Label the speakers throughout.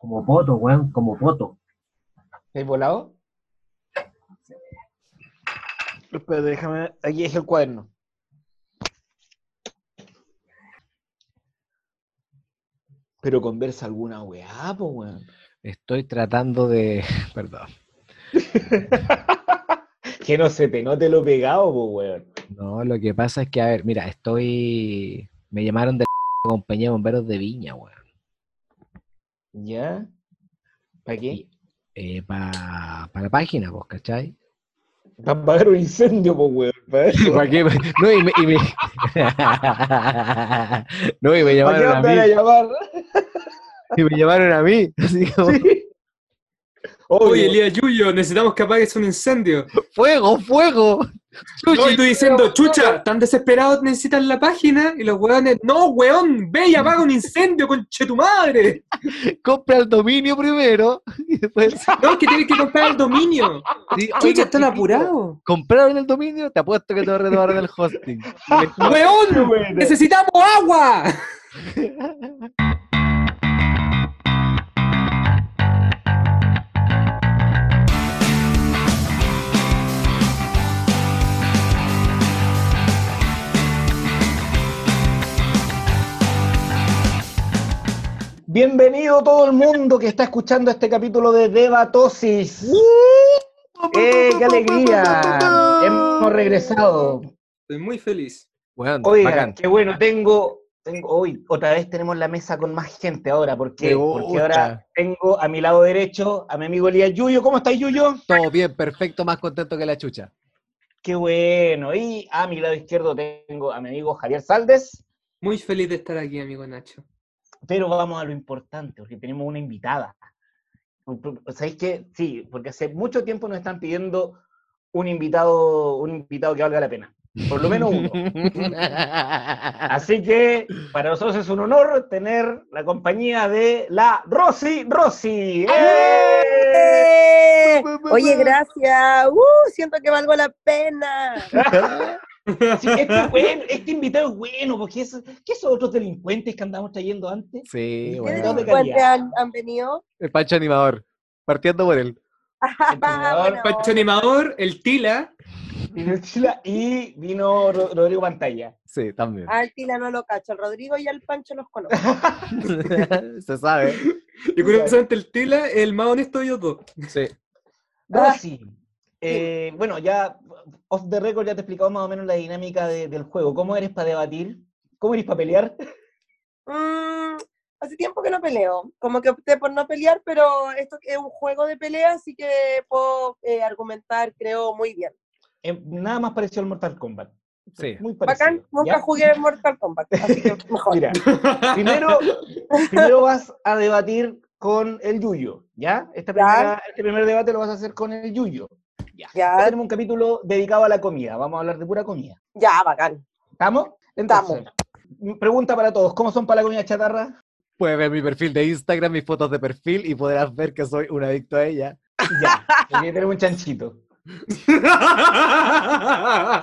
Speaker 1: Como poto, weón, como poto.
Speaker 2: ¿Estáis volado? Espérate, déjame. Aquí es el cuaderno. Pero conversa alguna weá, po, weón.
Speaker 3: Estoy tratando de. Perdón.
Speaker 2: que no se te note lo pegado, po, weón.
Speaker 3: No, lo que pasa es que, a ver, mira, estoy. Me llamaron de la compañía de bomberos de Viña, weón.
Speaker 2: ¿Ya? ¿Para qué?
Speaker 3: Eh, para la página, vos, ¿cachai?
Speaker 2: Para apagar un incendio, po, weón. Para eso.
Speaker 3: ¿Para qué? No, y me. y me- no, y me
Speaker 2: ¿Para qué
Speaker 3: llamaron a
Speaker 2: andan a
Speaker 3: mí.
Speaker 2: llamar?
Speaker 3: Y me llamaron a mí. Así como,
Speaker 4: Oye,
Speaker 2: Obvio.
Speaker 4: Elías Yuyo, necesitamos que apagues un incendio.
Speaker 3: ¡Fuego, fuego!
Speaker 4: No, y tú diciendo, chucha, tan desesperados necesitan la página. Y los weones, no, weón, ve y apaga un incendio, conche tu madre.
Speaker 3: Compra el dominio primero y después.
Speaker 4: No, es que tienes que comprar el dominio.
Speaker 3: Sí,
Speaker 4: Chucha,
Speaker 3: oiga,
Speaker 4: están
Speaker 3: chiquillo,
Speaker 4: apurados.
Speaker 3: Compraron el dominio, te apuesto que te renovaron el hosting.
Speaker 4: ¡Weón! ¡Necesitamos agua!
Speaker 2: Bienvenido todo el mundo que está escuchando este capítulo de Debatosis. ¡Eh, qué alegría! Hemos regresado.
Speaker 4: Estoy muy feliz.
Speaker 3: Bueno,
Speaker 2: Oiga,
Speaker 3: bacán.
Speaker 2: qué bueno, tengo, tengo hoy otra vez tenemos la mesa con más gente ahora, porque,
Speaker 3: Qué
Speaker 2: porque
Speaker 3: bocha.
Speaker 2: ahora tengo a mi lado derecho a mi amigo Elías Yuyo. ¿Cómo estás, Yuyo?
Speaker 3: Todo bien, perfecto, más contento que la chucha.
Speaker 2: Qué bueno. Y a mi lado izquierdo tengo a mi amigo Javier Saldes,
Speaker 4: Muy feliz de estar aquí, amigo Nacho.
Speaker 2: pero vamos a lo importante, porque tenemos una invitada. ¿Sabéis qué? Sí, porque hace mucho tiempo nos están pidiendo un invitado, un invitado que valga la pena. Por lo menos uno. Así que para nosotros es un honor tener la compañía de la Rosy Rosy. ¡Eh!
Speaker 5: ¡Eh! Oye, gracias. Uh, siento que valgo la pena.
Speaker 2: Sí, este, es bueno, este invitado es bueno, porque es, ¿qué son otros delincuentes que andamos trayendo antes? ¿Qué
Speaker 3: Sí,
Speaker 5: ¿Qué
Speaker 2: Bueno.
Speaker 3: bueno.
Speaker 5: delincuentes han, han venido?
Speaker 3: El Pancho animador, partiendo por él.
Speaker 2: Entrenador,
Speaker 5: Buena
Speaker 4: Pacho
Speaker 5: onda.
Speaker 4: animador, el Tila.
Speaker 2: Vino Chila Y vino Ro- Rodrigo Pantalla.
Speaker 3: Sí, también.
Speaker 5: Al Tila no lo cacho, al Rodrigo y al Pancho los conozco.
Speaker 3: Se sabe.
Speaker 4: Y curiosamente, el Tila es el más honesto de ellos dos.
Speaker 3: Sí.
Speaker 5: Ah,
Speaker 2: Rosy, eh, bueno, ya off the record ya te explicamos más o menos la dinámica de- del juego. ¿Cómo eres para debatir? ¿Cómo eres para pelear?
Speaker 5: Mm, hace tiempo que no peleo, como que opté por no pelear, pero esto es un juego de pelea, así que puedo eh, argumentar, creo, muy bien.
Speaker 2: Eh, nada más parecido al Mortal Kombat.
Speaker 3: Sí.
Speaker 2: Muy parecido.
Speaker 5: Bacán, nunca
Speaker 2: ¿ya?
Speaker 5: jugué en Mortal Kombat, así que mejor.
Speaker 2: Mira, primero, primero vas a debatir con el Yuyo, ¿ya? Esta
Speaker 5: Ya.
Speaker 2: primera- este primer debate lo vas a hacer con el Yuyo. Ya.
Speaker 5: Ya.
Speaker 2: Tenemos un capítulo dedicado a la comida. Vamos a hablar de pura comida.
Speaker 5: Ya, bacán.
Speaker 2: ¿Estamos? Entonces, Pregunta para todos. ¿Cómo son para la comida chatarra?
Speaker 3: Puedes ver mi perfil de Instagram, mis fotos de perfil y podrás ver que soy un adicto a ella.
Speaker 2: Ya. Aquí tenemos un chanchito. Tenemos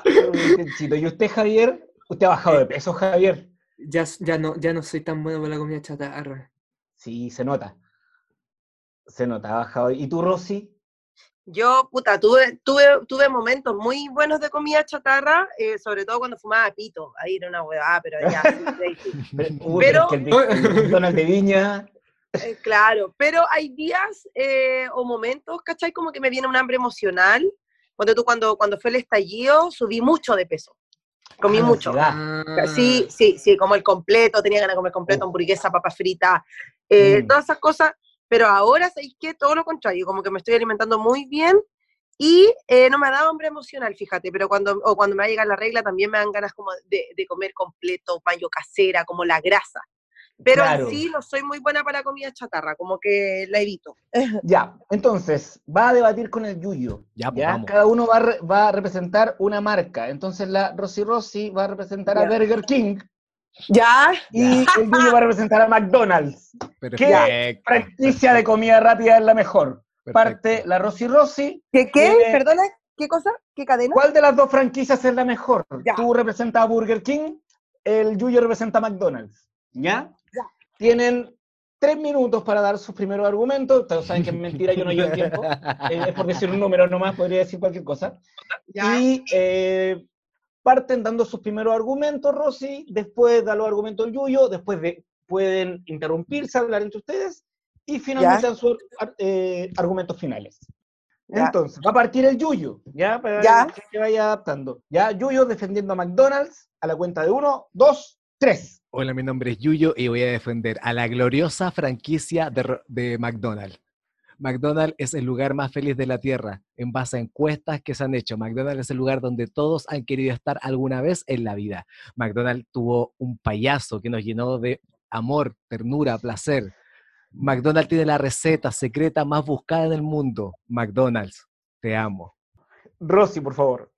Speaker 2: un chanchito. ¿Y usted, Javier? Usted ha bajado de peso, Javier.
Speaker 4: ya, ya, no, ya no soy tan bueno para la comida chatarra.
Speaker 2: Sí, se nota. Se nota, ha bajado. ¿Y tú, Rosy?
Speaker 5: Yo, puta, tuve, tuve, tuve momentos muy buenos de comida chatarra, eh, sobre todo cuando fumaba pito. Ahí era una huevada, pero ya. sí, crazy.
Speaker 2: Pero, uy,
Speaker 5: Pero-
Speaker 2: pero es que el, de- el Donald de Viña.
Speaker 5: Eh, claro, pero hay días eh, o momentos, ¿cachai? Como que me viene un hambre emocional. Cuando tú, cuando, cuando fue el estallido, subí mucho de peso. Comí
Speaker 2: Ah,
Speaker 5: mucho.
Speaker 2: ansiedad.
Speaker 4: Ah.
Speaker 5: Sí,
Speaker 2: Mm.
Speaker 5: sí, sí, como el completo, tenía ganas de comer completo, hamburguesa, papa frita, eh,
Speaker 2: Mm.
Speaker 5: todas esas cosas. Pero ahora, ¿sabéis qué? Todo lo contrario, como que me estoy alimentando muy bien y eh, no me ha dado hambre emocional, fíjate, pero cuando, o cuando me va a llegar la regla también me dan ganas como de, de comer completo, mayo casera, como la grasa. Pero en
Speaker 2: Claro.
Speaker 5: sí no soy muy buena para comida chatarra, como que la evito.
Speaker 2: Ya, entonces, va a debatir con el Yuyo.
Speaker 3: Ya, pues
Speaker 2: ¿ya?
Speaker 3: vamos.
Speaker 2: Cada uno va a, re- va a representar una marca. Entonces, la Rosy Rosy va a representar a
Speaker 5: Ya.
Speaker 2: Burger King
Speaker 5: ¿Ya?
Speaker 2: y el Yuyo va a representar a McDonald's.
Speaker 3: Perfecto.
Speaker 2: Franquicia de comida rápida es la mejor.
Speaker 3: perfecto.
Speaker 2: Parte la Rosy Rosy.
Speaker 5: ¿Qué? qué?
Speaker 2: Tiene-
Speaker 5: ¿Perdona? ¿Qué cosa? ¿Qué cadena?
Speaker 2: ¿Cuál de las dos franquicias es la mejor?
Speaker 5: Ya.
Speaker 2: Tú representas a Burger King, el Yuyo representa a McDonald's. ¿Ya?
Speaker 5: Ya.
Speaker 2: Tienen tres minutos para dar sus primeros argumentos. Ustedes saben que es mentira, yo no llevo el tiempo. Eh, es por decir un número nomás, podría decir cualquier cosa.
Speaker 5: Ya.
Speaker 2: Y eh, parten dando sus primeros argumentos, Rosy, después da los argumentos el Yuyo, después de- pueden interrumpirse, hablar entre ustedes, y finalmente dan sus ar- eh, argumentos finales.
Speaker 5: Ya.
Speaker 2: Entonces, va a partir el Yuyo, ¿ya? Para
Speaker 5: Ya.
Speaker 2: que se vaya adaptando. ¿Ya? Yuyo defendiendo a McDonald's a la cuenta de uno, dos, tres.
Speaker 3: Hola, mi nombre es Yuyo y voy a defender a la gloriosa franquicia de, Ro- de McDonald's. McDonald's es el lugar más feliz de la Tierra. En base a encuestas que se han hecho, McDonald's es el lugar donde todos han querido estar alguna vez en la vida. McDonald's tuvo un payaso que nos llenó de amor, ternura, placer. McDonald's tiene la receta secreta más buscada en el mundo. McDonald's, te amo.
Speaker 2: Rosy, por favor.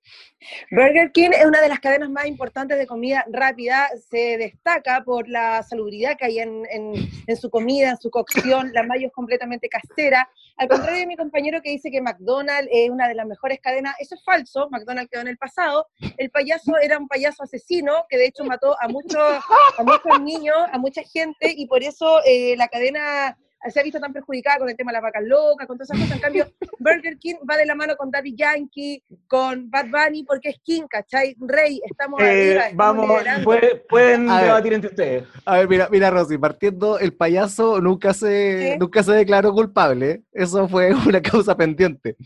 Speaker 5: Burger King es una de las cadenas más importantes de comida rápida. Se destaca por la salubridad que hay en, en- en su comida, en su cocción. La mayo es completamente casera. Al contrario de mi compañero que dice que McDonald's es una de las mejores cadenas, eso es falso. McDonald's quedó en el pasado. El payaso era un payaso asesino que de hecho mató a muchos, a muchos niños, a mucha gente y por eso eh, la cadena se ha visto tan perjudicada con el tema de las vacas locas, con todas esas cosas. En cambio, Burger King va de la mano con Daddy Yankee, con Bad Bunny porque es King, ¿cachai? Rey, estamos
Speaker 2: Eh,
Speaker 5: arriba, estamos
Speaker 2: vamos,
Speaker 5: liderando.
Speaker 2: puede- pueden
Speaker 3: A ver.
Speaker 2: debatir entre ustedes.
Speaker 3: A ver, mira, mira, Rosy, partiendo, el payaso nunca se,
Speaker 5: ¿Qué?
Speaker 3: nunca se declaró culpable. Eso fue una causa pendiente.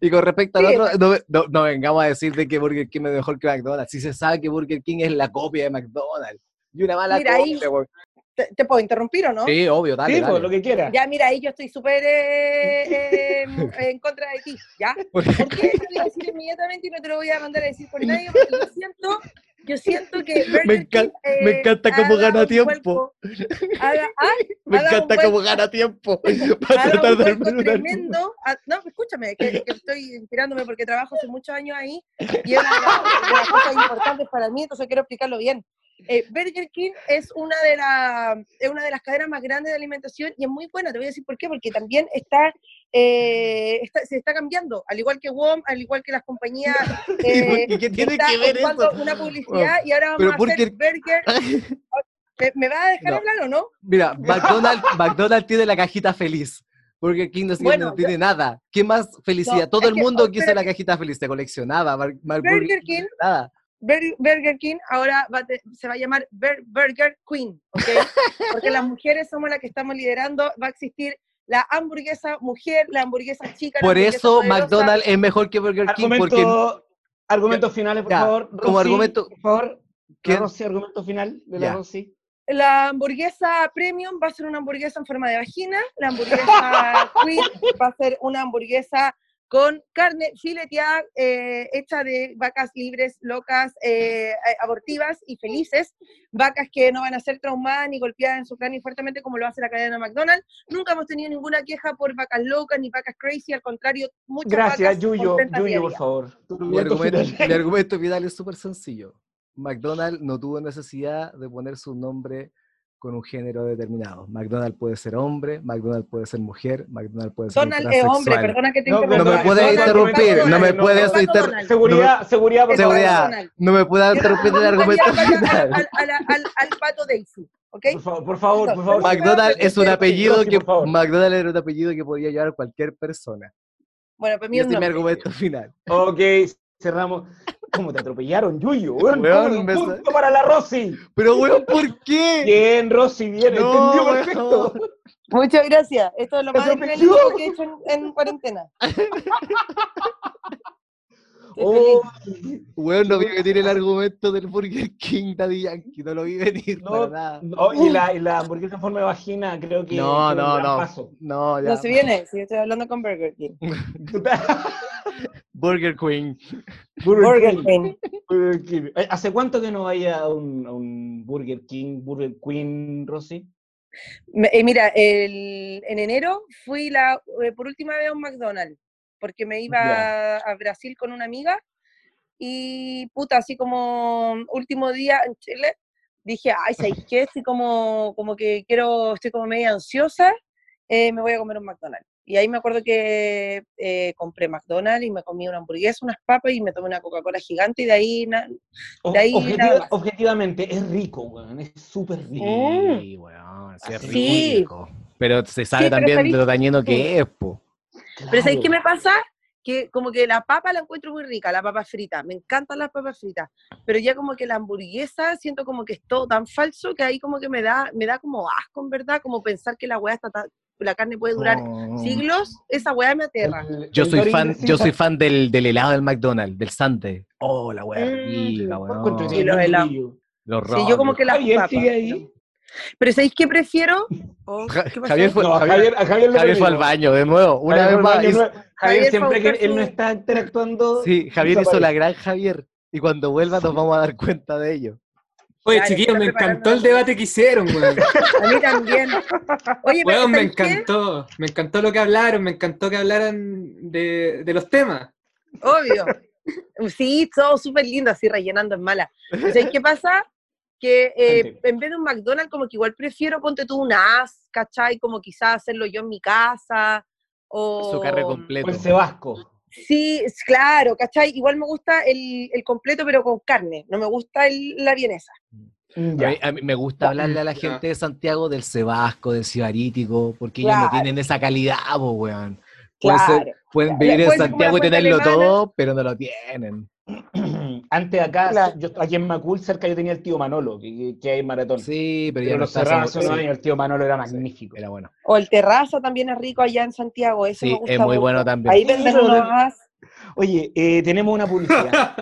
Speaker 3: Y con respecto
Speaker 5: Sí.
Speaker 3: al otro, no, ve- no- no vengamos a decir de que Burger King es mejor que McDonald's. Si se sabe que Burger King es la copia de McDonald's. Y una mala
Speaker 5: Mira ahí.
Speaker 3: copia, weón.
Speaker 5: ¿Te, te puedo interrumpir o no?
Speaker 3: Sí, obvio, dale,
Speaker 2: sí, pues,
Speaker 3: dale.
Speaker 2: lo que quiera.
Speaker 5: Ya, mira, ahí yo estoy súper eh, eh, en contra de ti, ¿ya? ¿Por qué? Te lo voy a decir inmediatamente y no te lo voy a mandar a decir por nadie, porque yo siento, yo siento que Burger
Speaker 3: Me encan-
Speaker 5: King, eh,
Speaker 3: me encanta cómo
Speaker 5: ha dado
Speaker 3: gana
Speaker 5: un
Speaker 3: tiempo.
Speaker 5: vuelco- ha da- ah,
Speaker 3: Me
Speaker 5: ha dado
Speaker 3: encanta
Speaker 5: un
Speaker 3: cómo
Speaker 5: vuelco-
Speaker 3: gana tiempo
Speaker 5: ha
Speaker 3: para
Speaker 5: dado
Speaker 3: tratar
Speaker 5: un
Speaker 3: de
Speaker 5: vuelco
Speaker 3: armar un argumento.
Speaker 5: tremendo. Ah, no, escúchame, que, que estoy inspirándome porque trabajo hace muchos años ahí y es una de las- de las cosas importantes para mí, entonces quiero explicarlo bien. Eh, Burger King es una, de la, es una de las cadenas más grandes de alimentación y es muy buena, te voy a decir por qué, porque también está, eh, está- se está cambiando, al igual que WOM, al igual que las compañías... eh,
Speaker 3: ¿Y qué tiene
Speaker 5: está
Speaker 3: que ver
Speaker 5: ocupando
Speaker 3: eso?
Speaker 5: una publicidad y ahora
Speaker 3: pero
Speaker 5: vamos a
Speaker 3: Burger-
Speaker 5: hacer Burger... ¿Me, me vas a dejar
Speaker 3: No.
Speaker 5: hablar o no?
Speaker 3: Mira, McDonald's, McDonald's tiene la cajita feliz. Burger King no, tiene-
Speaker 5: Bueno,
Speaker 3: no tiene nada. ¿Qué más felicidad?
Speaker 5: No,
Speaker 3: Todo
Speaker 5: es
Speaker 3: el
Speaker 5: que-
Speaker 3: mundo quiso la
Speaker 5: espérate.
Speaker 3: cajita feliz. Se coleccionaba. Mar- Mar-
Speaker 5: Burger King
Speaker 3: nada.
Speaker 5: Bur- Burger King ahora va a te- se va a llamar Bur- Burger Queen, ¿ok? Porque las mujeres somos las que estamos liderando, va a existir la hamburguesa mujer, la hamburguesa chica. la
Speaker 3: Por
Speaker 5: hamburguesa
Speaker 3: eso
Speaker 5: poderosa.
Speaker 3: McDonald's es mejor que Burger King porque
Speaker 2: Argumento- Argumentos finales, por
Speaker 3: ya,
Speaker 2: favor.
Speaker 3: como argumento-
Speaker 2: Por favor,
Speaker 3: ¿Qué?
Speaker 2: la Rosy, argumento final de la
Speaker 3: Ya.
Speaker 2: Rosy.
Speaker 5: La hamburguesa premium va a ser una hamburguesa en forma de vagina, la hamburguesa queen va a ser una hamburguesa con carne fileteada, eh, hecha de vacas libres, locas, eh, a- abortivas y felices, vacas que no van a ser traumadas ni golpeadas en su carne fuertemente como lo hace la cadena McDonald's. Nunca hemos tenido ninguna queja por vacas locas ni vacas crazy, al contrario, muchas
Speaker 2: Gracias,
Speaker 5: vacas
Speaker 2: Yuyo.
Speaker 5: contentas día a
Speaker 2: Yuyo, por
Speaker 5: día.
Speaker 2: favor. Tu
Speaker 3: mi
Speaker 2: argumento
Speaker 3: argumento,
Speaker 2: final.
Speaker 3: mi argumento final es súper sencillo. McDonald's no tuvo necesidad de poner su nombre con un género determinado. McDonald's puede ser hombre, McDonald's puede ser mujer, McDonald's puede ser un
Speaker 5: Donald es eh, hombre,
Speaker 3: transexual.
Speaker 5: perdona que te
Speaker 2: No,
Speaker 5: interrumpa.
Speaker 3: No me
Speaker 2: Donald,
Speaker 3: puedes
Speaker 2: Donald,
Speaker 3: interrumpir,
Speaker 2: Donald,
Speaker 3: no me
Speaker 2: no,
Speaker 3: puedes
Speaker 2: Donald,
Speaker 3: interrumpir.
Speaker 2: Seguridad, seguridad, por favor.
Speaker 3: Seguridad,
Speaker 5: Donald.
Speaker 3: no me puede
Speaker 5: Yo no-
Speaker 3: interrumpir el
Speaker 5: nunca
Speaker 3: argumento
Speaker 5: iría al-
Speaker 3: final.
Speaker 5: Al, al- al- al- al pato Daisy, ¿ok?
Speaker 2: Por favor, por favor. por favor.
Speaker 5: Mac-
Speaker 3: McDonald es un
Speaker 5: Rosy,
Speaker 3: apellido
Speaker 2: Rosy,
Speaker 3: que
Speaker 2: por favor.
Speaker 3: McDonald era un apellido que podía llevar cualquier persona.
Speaker 5: Bueno, pues para mí
Speaker 3: Y
Speaker 5: es un
Speaker 3: ese es mi
Speaker 5: nombre.
Speaker 3: argumento final.
Speaker 2: Ok, cerramos. ¿Cómo te atropellaron, Yuyo? Weón,
Speaker 3: Weón,
Speaker 2: Tómalo, un
Speaker 3: me sa-
Speaker 2: punto para la Rosy.
Speaker 3: Pero weón, ¿por qué?
Speaker 2: Bien, Rosy, bien.
Speaker 3: No,
Speaker 2: entendió
Speaker 3: weón.
Speaker 2: perfecto.
Speaker 5: Muchas gracias. Esto es lo
Speaker 2: ¿Te
Speaker 5: más
Speaker 2: atropelló?
Speaker 5: increíble que he hecho en, en cuarentena. Estoy
Speaker 2: Oh,
Speaker 3: Weón, no vi venir el argumento del Burger King Daddy Yankee, no lo vi venir
Speaker 2: No,
Speaker 3: para nada.
Speaker 2: no, y, la, y la hamburguesa en forma de vagina, creo que.
Speaker 3: No,
Speaker 2: que un
Speaker 3: no,
Speaker 2: gran
Speaker 3: no.
Speaker 2: paso.
Speaker 3: No,
Speaker 5: feliz. No
Speaker 3: ya.
Speaker 5: se viene, si estoy hablando con Burger King.
Speaker 3: Burger Queen.
Speaker 5: Burger
Speaker 2: King.
Speaker 5: King.
Speaker 2: Burger King. Eh, ¿Hace cuánto que no vaya a un, a un Burger King, Burger Queen, Rosy?
Speaker 5: Me- eh, mira, el- en enero fui la, eh, por última vez a un McDonald's, porque me iba
Speaker 2: Ya.
Speaker 5: a Brasil con una amiga y puta, así como último día en Chile, dije, ay, ¿sabes qué? Estoy como, como que quiero, estoy como media ansiosa, eh, me voy a comer un McDonald's. Y ahí me acuerdo que eh, compré McDonald's y me comí una hamburguesa, unas papas y me tomé una Coca-Cola gigante y de ahí na-
Speaker 2: O-
Speaker 5: De ahí
Speaker 2: objetiva-
Speaker 5: nada más.
Speaker 2: objetivamente, es rico, weón, es súper rico.
Speaker 5: Mm.
Speaker 3: Sí, weón, sí es
Speaker 2: Así.
Speaker 5: Sí.
Speaker 3: rico. Pero se sabe
Speaker 5: pero
Speaker 3: también
Speaker 5: sabéis-
Speaker 3: de lo dañino que es, po.
Speaker 5: Pero ¿sabéis
Speaker 2: Claro.
Speaker 5: qué me pasa? Que como que la papa la encuentro muy rica, la papa frita. Me encantan las papas fritas. Pero ya como que la hamburguesa siento como que es todo tan falso que ahí como que me da, me da como asco, en verdad, como pensar que la weá está tan- la carne puede durar
Speaker 3: Oh.
Speaker 2: No.
Speaker 5: siglos, esa weá me aterra.
Speaker 2: El-
Speaker 3: Yo
Speaker 2: el
Speaker 3: soy
Speaker 2: Doris
Speaker 3: fan,
Speaker 2: Gracil
Speaker 3: yo soy fan del, del helado del McDonald's, del Sunday. Oh, la wea
Speaker 5: Mm,
Speaker 3: rica,
Speaker 2: Juan
Speaker 3: weón.
Speaker 2: Contreras,
Speaker 5: Sí, lo
Speaker 2: Luis
Speaker 5: de la-
Speaker 2: Grillo.
Speaker 3: Los
Speaker 5: Sí, yo como
Speaker 3: rollos.
Speaker 5: que las
Speaker 2: Ah, y él
Speaker 5: papas.
Speaker 2: sigue ahí.
Speaker 5: Pero ¿sabéis qué prefiero? Oh,
Speaker 3: Ja-
Speaker 5: ¿qué pasó?
Speaker 3: Javier fue-
Speaker 2: No, a Pues, Javier, a Javier, lo
Speaker 3: Javier fue al
Speaker 2: mismo.
Speaker 3: baño, de nuevo. Una
Speaker 2: Javier fue
Speaker 3: vez
Speaker 2: al
Speaker 3: más.
Speaker 2: baño,
Speaker 3: hizo-
Speaker 2: no-
Speaker 5: Javier
Speaker 2: Javier
Speaker 5: fue a
Speaker 2: siempre que
Speaker 5: buscar
Speaker 2: él no
Speaker 5: su-
Speaker 2: está interactuando.
Speaker 3: sí, Javier hizo
Speaker 2: desaparece.
Speaker 3: la gran Javier. Y cuando vuelva nos vamos a dar cuenta de ello.
Speaker 4: Oye,
Speaker 5: Claro,
Speaker 4: chiquillos,
Speaker 5: está
Speaker 4: me
Speaker 5: preparando
Speaker 4: encantó el
Speaker 5: la comida.
Speaker 4: debate que hicieron, weón.
Speaker 5: A mí también. Oye, pero
Speaker 4: Weón, me
Speaker 5: ¿sabéis qué?
Speaker 4: encantó. Me encantó lo que hablaron, me encantó que hablaran de, de los temas.
Speaker 5: Obvio. Uh, Sí, todo súper lindo, así rellenando en mala. O sea, ¿qué pasa? Que eh,
Speaker 2: Entiendo.
Speaker 5: en vez de un McDonald's, como que igual prefiero ponte tú un as, ¿cachai? Como quizás hacerlo yo en mi casa. O...
Speaker 3: Su carrera completo.
Speaker 2: O el Sebasco.
Speaker 5: Sí, es- claro, ¿cachai? Igual me gusta el, el completo, pero con carne. No me gusta el- la vienesa.
Speaker 3: A
Speaker 2: Mm, Ya.
Speaker 3: mí, a mí me gusta hablarle a la
Speaker 4: Ya.
Speaker 3: gente de Santiago del Sebasco, del Cibarítico, porque ellos no
Speaker 5: Claro.
Speaker 3: tienen esa calidad, po, weón. Pueden, ser-
Speaker 5: Claro.
Speaker 3: pueden
Speaker 5: Claro.
Speaker 3: vivir en
Speaker 5: Puede ser como
Speaker 3: Santiago y
Speaker 5: una cuenta
Speaker 3: tenerlo
Speaker 5: alemana.
Speaker 3: todo, pero no lo tienen.
Speaker 2: Antes acá,
Speaker 5: Claro.
Speaker 2: yo, aquí en Macul, cerca yo tenía el tío Manolo, que, que- que hay en maratón.
Speaker 3: Sí, pero,
Speaker 2: pero
Speaker 3: ya no
Speaker 2: lo
Speaker 3: está
Speaker 2: cerraron hace
Speaker 3: esa-
Speaker 2: unos
Speaker 3: sí,
Speaker 2: años, el tío Manolo era
Speaker 3: Sí.
Speaker 2: magnífico.
Speaker 3: Era bueno.
Speaker 5: O el terraza también es rico allá en Santiago. Eso
Speaker 3: Sí,
Speaker 5: me gusta
Speaker 3: es muy
Speaker 5: mucho.
Speaker 3: bueno también.
Speaker 5: Ahí venden
Speaker 2: Sí,
Speaker 5: unos
Speaker 2: bueno.
Speaker 5: as.
Speaker 2: Oye, eh, tenemos una publicidad.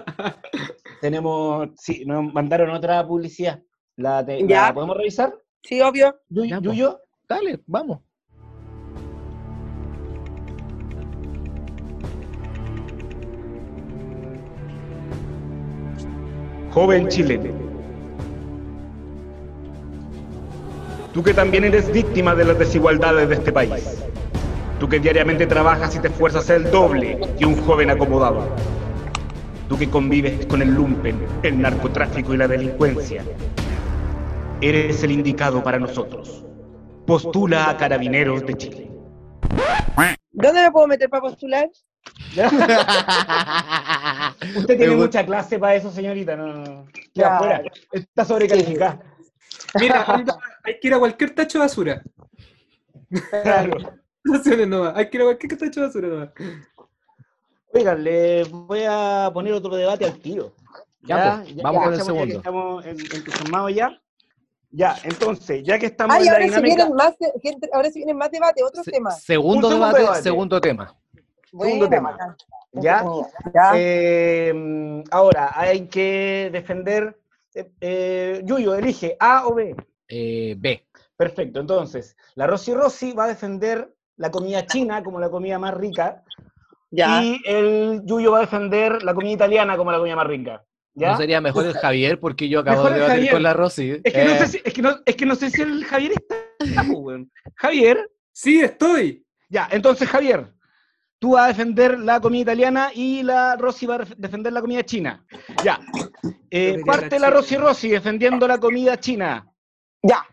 Speaker 2: tenemos, sí, nos mandaron otra publicidad. ¿La, te-
Speaker 5: Ya.
Speaker 2: la podemos revisar?
Speaker 5: Sí, obvio.
Speaker 2: Yu-
Speaker 3: Ya, po.
Speaker 2: Yuyo,
Speaker 3: Dale, vamos.
Speaker 6: Joven chileno, tú que también eres víctima de las desigualdades de este país, tú que diariamente trabajas y te esfuerzas el doble que un joven acomodado, tú que convives con el lumpen, el narcotráfico y la delincuencia, eres el indicado para nosotros. Postula a Carabineros de Chile.
Speaker 5: ¿Dónde me puedo meter para postular?
Speaker 2: usted tiene
Speaker 3: Me gu-
Speaker 2: mucha clase para eso, señorita. No,
Speaker 5: Ya.
Speaker 2: ya, fuera. Está sobrecalificada.
Speaker 4: Mira, anda, hay que ir a cualquier tacho de basura.
Speaker 2: Claro.
Speaker 4: No sé, no más. Hay que ir a cualquier tacho de basura nomás.
Speaker 2: Oigan, les voy a poner otro debate al tiro.
Speaker 3: Ya, po, vamos con el
Speaker 2: cachamos Ya
Speaker 3: segundo.
Speaker 2: que estamos en- entusiasmados ya. Ya, entonces, ya que estamos
Speaker 5: Ay,
Speaker 2: en la
Speaker 5: ahora se
Speaker 2: dinámica.
Speaker 5: vienen más, de- gente- ahora se vienen más debate, otro
Speaker 3: Se-
Speaker 5: tema.
Speaker 3: segundo,
Speaker 2: Un segundo
Speaker 3: debate,
Speaker 2: debate.
Speaker 3: segundo tema.
Speaker 2: segundo tema.
Speaker 5: bacán.
Speaker 2: Ya.
Speaker 5: Entretenido.
Speaker 3: ¿Ah?
Speaker 5: Ya.
Speaker 2: eh, ahora, hay que defender. eh, eh, Yuyo, elige A o B.
Speaker 3: Eh, B.
Speaker 2: Perfecto, entonces, la Rosy Rossi va a defender la comida china como la comida más rica.
Speaker 5: ya.
Speaker 2: Y el Yuyo va a defender la comida italiana como la comida más rica. ¿Ya?
Speaker 3: ¿No sería mejor el Javier? Porque yo acabo
Speaker 2: Mejor
Speaker 3: de
Speaker 2: el
Speaker 3: debatir
Speaker 2: Javier.
Speaker 3: con la Rosy.
Speaker 2: Es que, no
Speaker 3: Eh,
Speaker 2: sé si, es, que no, es que no sé si el Javier está. po, weón. Javier,
Speaker 4: Sí, estoy.
Speaker 2: ya, entonces Javier, tú vas a defender la comida italiana y la Rosy va a ref- defender la comida china. Ya. Eh,
Speaker 4: Yo quería
Speaker 2: parte
Speaker 4: la
Speaker 2: la Rosy
Speaker 4: china.
Speaker 2: Rosy defendiendo la comida china.
Speaker 5: Ya.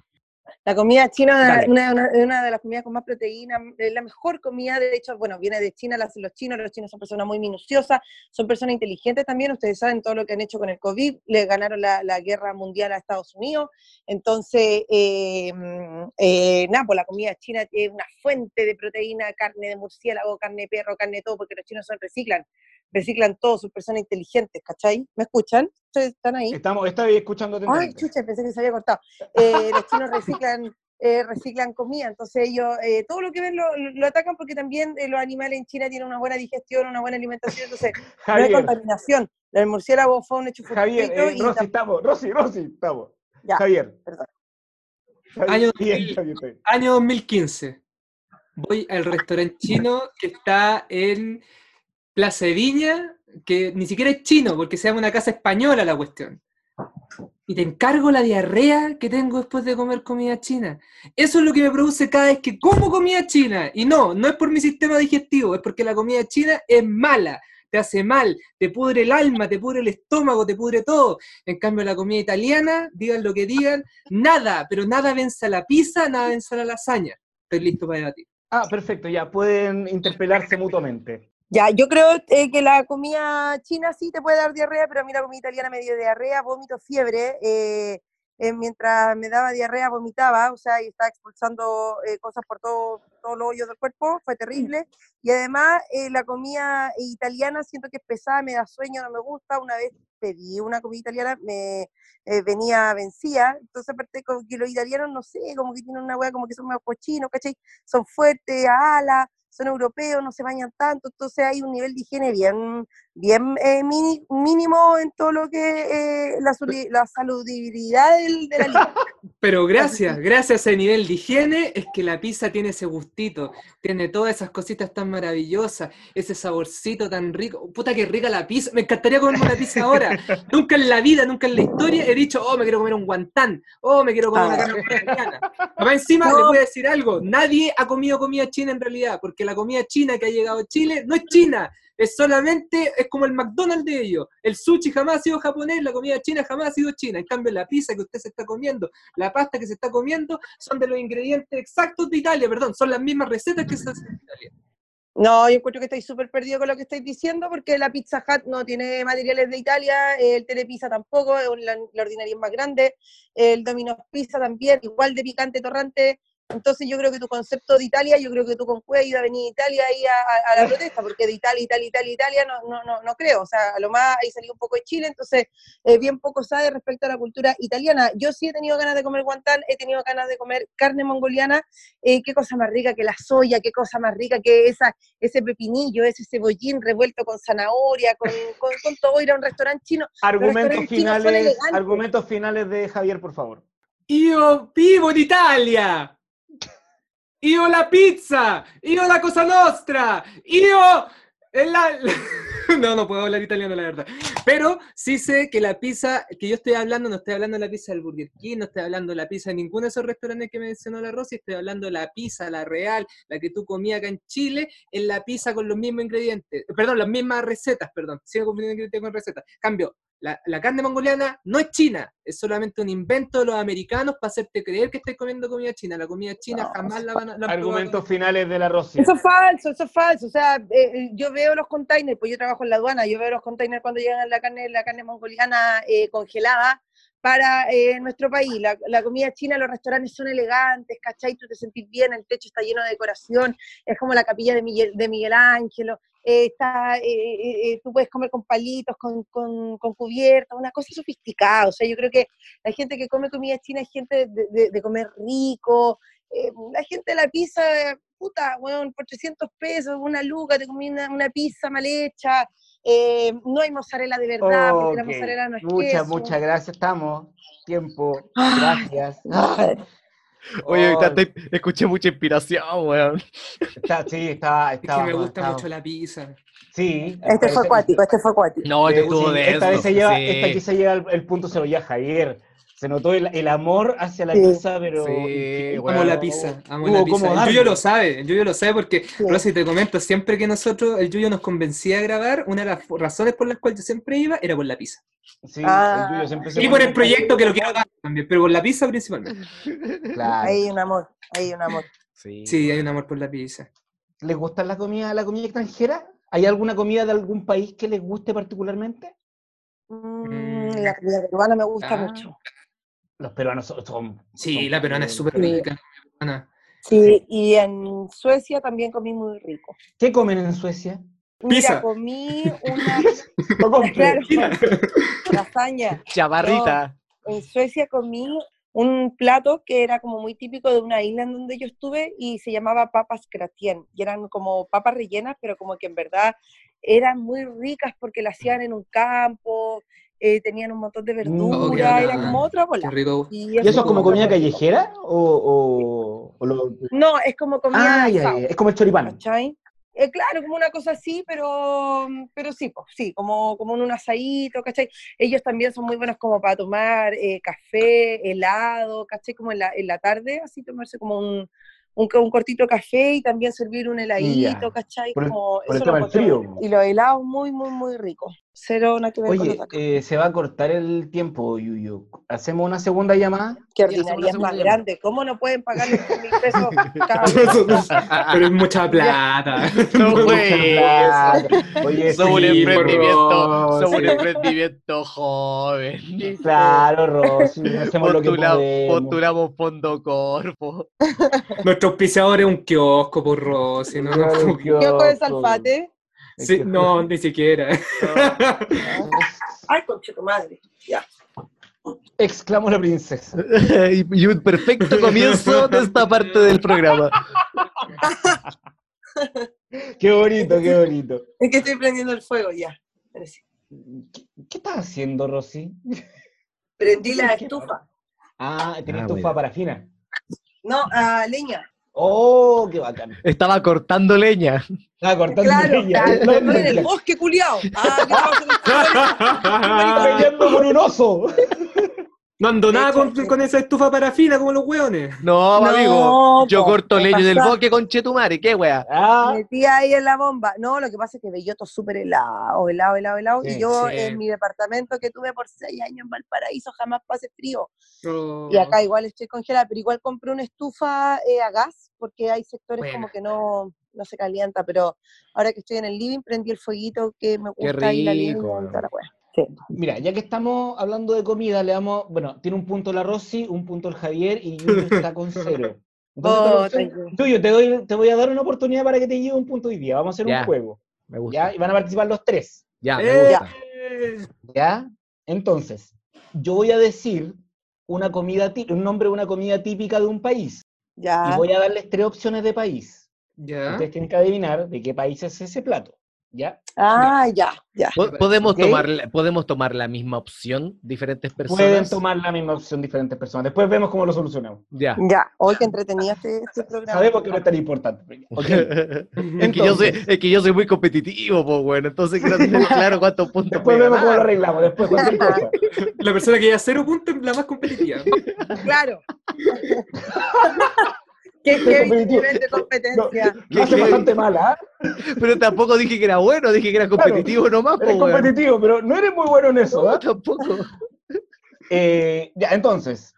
Speaker 5: La comida china
Speaker 2: Dale.
Speaker 5: es una, una- una de las comidas con más proteína, es la mejor comida, de hecho, bueno, viene de China, la hacen los chinos, los chinos son personas muy minuciosas, son personas inteligentes también, ustedes saben todo lo que han hecho con el COVID, le ganaron la, la guerra mundial a Estados Unidos, entonces, eh, mm, eh, nada, pues la comida china es una fuente de proteína, carne de murciélago, carne de perro, carne de todo, porque los chinos son reciclan, reciclan todo, son personas inteligentes, ¿cachai? ¿Me escuchan? ¿Ustedes están ahí?
Speaker 2: Estamos, estaba escuchando
Speaker 5: Ay,
Speaker 2: atentamente.
Speaker 5: chucha, pensé que se había cortado. Eh, los chinos reciclan, eh, reciclan comida, entonces ellos, eh, todo lo que ven lo, lo atacan porque también eh, los animales en China tienen una buena digestión, una buena alimentación, entonces no hay
Speaker 2: Javier,
Speaker 5: contaminación. El murciélago fue un hecho
Speaker 2: Javier,
Speaker 5: fortuito
Speaker 2: eh,
Speaker 5: y
Speaker 2: Rosy,
Speaker 5: tam-
Speaker 2: estamos, Rosy, Rosy, estamos.
Speaker 5: Ya,
Speaker 2: Javier.
Speaker 5: perdón.
Speaker 4: Año
Speaker 2: Javier, bien,
Speaker 4: 2000.
Speaker 2: Javier, bien.
Speaker 4: Año 2015. Voy al restaurante chino que está en Plaza de Viña, que ni siquiera es chino, porque se llama una casa española la cuestión. Y te encargo la diarrea que tengo después de comer comida china. Eso es lo que me produce cada vez que como comida china. Y no, no es por mi sistema digestivo, es porque la comida china es mala. Te hace mal, te pudre el alma, te pudre el estómago, te pudre todo. En cambio, la comida italiana, digan lo que digan, nada, pero nada vence a la pizza, nada vence a la lasaña. Estoy listo para debatir.
Speaker 2: Ah, perfecto, ya, pueden interpelarse mutuamente.
Speaker 5: Ya, yo creo eh, que la comida china sí te puede dar diarrea, pero a mí la comida italiana me dio diarrea, vómito, fiebre, eh, eh, mientras me daba diarrea, vomitaba, o sea, y estaba expulsando eh, cosas por todo, todos los hoyos del cuerpo, fue terrible. Y además, eh, la comida italiana siento que es pesada, me da sueño, no me gusta. Una vez pedí una comida italiana, me eh, venía vencida, entonces aparte como que los italianos, no sé, como que tienen una hueá como que son más cochinos, ¿cachai? Son fuertes, a ala, son europeos, no se bañan tanto, entonces hay un nivel de higiene bien, bien eh, mini- mínimo en todo lo que eh, la, suli- la saludabilidad del, de la liga.
Speaker 4: Pero gracias, gracias a ese nivel de higiene, es que la pizza tiene ese gustito, tiene todas esas cositas tan maravillosas, ese saborcito tan rico. Puta que rica la pizza, me encantaría comerme una pizza ahora. nunca en la vida, nunca en la historia he dicho, oh, me quiero comer un guantán, oh, me quiero comer una
Speaker 5: Ah.
Speaker 4: carne vegetariana. Además, encima
Speaker 5: No.
Speaker 4: les voy a decir algo, nadie ha comido comida china en realidad, porque la comida china que ha llegado a Chile no es china, es solamente, es como el McDonald's de ellos. El sushi jamás ha sido japonés, la comida china jamás ha sido china. En cambio, la pizza que usted se está comiendo, la pasta que se está comiendo, son de los ingredientes exactos de Italia, perdón, son las mismas recetas que se hacen en Italia.
Speaker 5: No, yo encuentro que estáis súper perdido con lo que estáis diciendo porque la Pizza Hut no tiene materiales de Italia, el Telepizza tampoco, es un- la, la ordinaria es más grande, el Domino's Pizza también, igual de picante, torrante. Entonces yo creo que tu concepto de Italia, yo creo que tú con cueva iba a venir a Italia ahí a, a- a la protesta, porque de Italia, Italia, Italia, Italia no, no, no, no creo. O sea, a lo más ahí salió un poco de Chile, entonces eh, bien poco sabe respecto a la cultura italiana. Yo sí he tenido ganas de comer guantán, he tenido ganas de comer carne mongoliana, eh, qué cosa más rica que la soya, qué cosa más rica que esa ese pepinillo, ese cebollín revuelto con zanahoria, con, con, con todo, ir a un restaurante chino.
Speaker 2: Argumentos
Speaker 5: restaurantes chinos son
Speaker 2: finales,
Speaker 5: elegantes.
Speaker 2: argumentos finales de Javier, por favor.
Speaker 4: Io vivo en Italia. Io la pizza. Io la cosa nostra. Io la... No, no puedo hablar italiano, la verdad. Pero sí sé que la pizza que yo estoy hablando, no estoy hablando de la pizza del Burger King, no estoy hablando de la pizza de ninguno de esos restaurantes que mencionó la Rosy, estoy hablando de la pizza, la real, la que tú comías acá en Chile, es la pizza con los mismos ingredientes, eh, perdón, las mismas recetas, perdón, sigo confundiendo ingredientes con recetas. Cambio, la, la carne mongoliana no es china, es solamente un invento de los americanos para hacerte creer que estás comiendo comida china. La comida china jamás la van a... la han
Speaker 2: Argumentos finales de la Rosy.
Speaker 5: Eso es falso, eso es falso. O sea, eh, yo veo los containers, pues yo trabajo en la aduana, yo veo los containers cuando llegan la carne, la carne mongoliana eh, congelada para eh, nuestro país. La, la comida china, los restaurantes son elegantes, ¿cachai? Tú te sentís bien, el techo está lleno de decoración, es como la capilla de Miguel, de Miguel Ángelo. eh, está, eh, eh, eh, tú puedes comer con palitos, con, con, con cubierta, una cosa sofisticada. O sea, yo creo que la gente que come comida china es gente de, de- de comer rico. eh, la gente de la pizza, puta, weón, por 300 pesos, una luca, te comí una, una pizza mal hecha. eh, no hay mozzarella de verdad, porque la
Speaker 2: Ok.
Speaker 5: mozzarella no es
Speaker 2: muchas,
Speaker 5: queso.
Speaker 2: muchas gracias. Estamos. Tiempo.
Speaker 5: Ay.
Speaker 2: Gracias.
Speaker 3: Oye, ahorita
Speaker 2: Oh,
Speaker 3: te- escuché mucha inspiración, weón.
Speaker 2: está- sí, está,
Speaker 4: Es que
Speaker 2: está,
Speaker 4: me gusta
Speaker 2: está-
Speaker 4: mucho la pizza.
Speaker 2: Sí. al
Speaker 5: Este fue
Speaker 2: parecer-
Speaker 5: acuático, este fue acuático.
Speaker 3: No,
Speaker 2: Sí,
Speaker 3: te tuvo
Speaker 2: sí,
Speaker 3: de
Speaker 2: esta
Speaker 3: eso.
Speaker 2: vez se lleva,
Speaker 3: sí.
Speaker 2: esta aquí se lleva el, el punto se lo lleva Javier. Se notó el, el amor hacia la
Speaker 5: Sí.
Speaker 2: pizza, pero
Speaker 3: Sí,
Speaker 2: infinito.
Speaker 3: Bueno,
Speaker 4: amo la pizza, amo
Speaker 2: hubo
Speaker 4: la
Speaker 2: cómo
Speaker 4: pizza.
Speaker 2: darle.
Speaker 4: El Yuyo lo sabe, el Yuyo lo sabe porque, Rosy, te comento, siempre que nosotros, el Yuyo nos convencía a grabar, una de las razones por las cuales yo siempre iba era por la pizza.
Speaker 2: Sí,
Speaker 5: Ah.
Speaker 2: el tuyo siempre se
Speaker 4: Y por
Speaker 2: pone-
Speaker 4: el proyecto que lo quiero dar también, pero por la pizza principalmente.
Speaker 2: Claro.
Speaker 5: Ahí hay un amor, ahí hay un amor.
Speaker 3: Sí.
Speaker 4: Sí, hay un amor por la pizza.
Speaker 2: ¿Les gusta la comida, la comida extranjera? ¿Hay alguna comida de algún país que les guste particularmente?
Speaker 5: Mm,
Speaker 4: Mm.
Speaker 5: la comida peruana me gusta
Speaker 4: Ah.
Speaker 5: mucho.
Speaker 2: Los peruanos son. son-
Speaker 4: Sí,
Speaker 2: son-
Speaker 4: la peruana es súper
Speaker 5: Sí.
Speaker 4: rica. la peruana.
Speaker 5: Sí, y en Suecia también comí muy rico.
Speaker 2: ¿Qué comen en Suecia?
Speaker 5: Mira,
Speaker 4: Pizza.
Speaker 5: comí una
Speaker 2: No compren.
Speaker 5: claro, lasaña.
Speaker 3: Chavarrita.
Speaker 5: En Suecia comí un plato que era como muy típico de una isla en donde yo estuve y se llamaba papas gratien. Y eran como papas rellenas, pero como que en verdad eran muy ricas porque las hacían en un campo, eh, tenían un montón de verdura,
Speaker 2: Oh, qué
Speaker 5: era
Speaker 4: bacán.
Speaker 5: como otra
Speaker 4: Qué
Speaker 5: bola.
Speaker 4: rico.
Speaker 2: ¿Y eso es como
Speaker 5: otro
Speaker 2: comida
Speaker 5: plato.
Speaker 2: callejera? ¿O, o, o lo-
Speaker 5: No, es como comida
Speaker 2: Ah, ya,
Speaker 5: asado,
Speaker 2: ya, es como el choripán.
Speaker 5: ¿cachai? Eh, claro, como una cosa así, pero, pero sí, pues, sí, como, como en un asadito, ¿cachai? Ellos también son muy buenos como para tomar eh, café, helado, ¿cachai? Como en la, en la tarde, así tomarse como un, un, ca- un cortito café y también servir un heladito, ¿cachai?
Speaker 2: Por el-
Speaker 5: Como,
Speaker 2: por el
Speaker 5: eso lo
Speaker 2: tema del
Speaker 5: encuentro muy
Speaker 2: frío.
Speaker 5: rico. Y los helados muy, muy, muy ricos. Cero nada que ver con
Speaker 2: Oye,
Speaker 5: los tacos.
Speaker 2: eh, se va a cortar el tiempo, Yuyu. ¿Hacemos una segunda llamada?
Speaker 5: Qué
Speaker 3: hacemos una
Speaker 5: ordinaria es más
Speaker 3: segunda llamada.
Speaker 5: grande. ¿Cómo no pueden pagar los mil pesos cada uno?
Speaker 4: Pero es mucha plata.
Speaker 7: No, güey.
Speaker 2: Claro. Oye,
Speaker 7: Somos un
Speaker 4: Sí,
Speaker 7: emprendimiento,
Speaker 4: por
Speaker 7: somos un
Speaker 4: Rosy.
Speaker 7: emprendimiento joven.
Speaker 2: claro, Rosy, hacemos lo que
Speaker 7: Postula-
Speaker 2: podemos.
Speaker 7: postulamos fondo corpo.
Speaker 4: Nuestro auspiciador es un kiosco, por Rosy. No, no,
Speaker 5: Yo con el salfate.
Speaker 4: Sí, no, ni siquiera.
Speaker 5: Ay, conche tu madre.
Speaker 2: Exclamó la princesa.
Speaker 3: y, y un perfecto comienzo de esta parte del programa.
Speaker 2: Qué bonito, qué bonito.
Speaker 5: Es que estoy prendiendo el fuego ya. Ahora sí.
Speaker 2: ¿Qué, qué estás haciendo, Rosy?
Speaker 5: Prendí la estufa.
Speaker 2: Ah, tenés
Speaker 3: Ah,
Speaker 2: tu
Speaker 3: mira.
Speaker 2: parafina.
Speaker 5: No, a leña.
Speaker 2: Oh, qué bacán.
Speaker 3: Estaba cortando leña.
Speaker 2: Estaba cortando
Speaker 5: Claro,
Speaker 2: leña.
Speaker 5: está-
Speaker 2: No, no,
Speaker 5: estoy en el
Speaker 2: no.
Speaker 5: bosque culiao. Ah, que trabajo en el
Speaker 2: Estaba peleando con un oso.
Speaker 4: No ando nada con, con esa estufa parafina como los hueones.
Speaker 3: No,
Speaker 5: No,
Speaker 3: amigo. Yo
Speaker 5: po,
Speaker 3: corto
Speaker 5: ¿qué
Speaker 3: leña en el
Speaker 5: pasa?
Speaker 3: bosque con Chetumare. ¿Qué wea?
Speaker 2: Ah,
Speaker 5: Metí ahí en la bomba. No, lo que pasa es que Belloto es súper helado, helado, helado, helado.
Speaker 2: Sí,
Speaker 5: y yo
Speaker 7: sí.
Speaker 5: en mi departamento que tuve por seis años en Valparaíso jamás pasé frío.
Speaker 4: No.
Speaker 5: Y acá igual estoy congelada, pero igual compré una estufa eh, a gas porque hay sectores
Speaker 4: Buena.
Speaker 5: como que no, no se calienta. Pero ahora que estoy en el living prendí el fueguito que me
Speaker 3: Qué
Speaker 5: gusta y la leña y
Speaker 3: rico,
Speaker 5: toda
Speaker 3: weón.
Speaker 5: la wea.
Speaker 2: Mira, ya que estamos hablando de comida, le damos, bueno, tiene un punto la Rosy, un punto el Javier y Junior está con cero. Entonces,
Speaker 5: Oh,
Speaker 2: Rosy,
Speaker 5: tranquilo.
Speaker 2: tú, yo te, doy, te voy a dar una oportunidad para que te lleve un punto hoy día. Vamos a hacer
Speaker 3: Ya.
Speaker 2: un juego,
Speaker 3: Me gusta.
Speaker 2: ¿ya? Y van a participar los tres,
Speaker 3: Ya, me
Speaker 4: Eh,
Speaker 3: gusta.
Speaker 2: ¿ya? Entonces, yo voy a decir una comida, tí- un nombre de una comida típica de un país y
Speaker 5: Ya.
Speaker 2: voy a darles tres opciones de país.
Speaker 4: Ya.
Speaker 2: Ustedes tienen que adivinar de qué país es ese plato, ¿ya?
Speaker 5: Ah, ya, ya.
Speaker 3: Po- ¿Podemos,
Speaker 2: Ok.
Speaker 3: tomar, la- ¿Podemos tomar la misma opción, diferentes personas?
Speaker 2: Pueden tomar la misma opción diferentes personas. Después vemos cómo lo solucionamos.
Speaker 3: Ya.
Speaker 5: Ya. Hoy que entretenido este, este programa.
Speaker 2: Sabemos que no es tan importante. pero ya. Ok.
Speaker 3: Es que, yo soy, es que yo soy muy competitivo, pues, bueno. Entonces quiero tener claro cuántos puntos
Speaker 2: Después
Speaker 3: voy a
Speaker 2: vemos cómo
Speaker 3: ganar.
Speaker 2: lo arreglamos, después cualquier cosa.
Speaker 4: La persona que lleva cero puntos es la más competitiva.
Speaker 5: Claro. qué qué
Speaker 2: competitivo.
Speaker 5: nivel de competencia.
Speaker 2: Lo hace
Speaker 3: ¿Qué?
Speaker 2: bastante mala, ¿ah?
Speaker 3: Pero tampoco dije que era bueno, dije que era
Speaker 2: Claro,
Speaker 3: competitivo nomás,
Speaker 2: Eres
Speaker 3: pues, bueno.
Speaker 2: competitivo, pero no eres muy bueno en eso,
Speaker 3: No,
Speaker 2: ¿ah?
Speaker 3: tampoco.
Speaker 2: Eh, ya, entonces,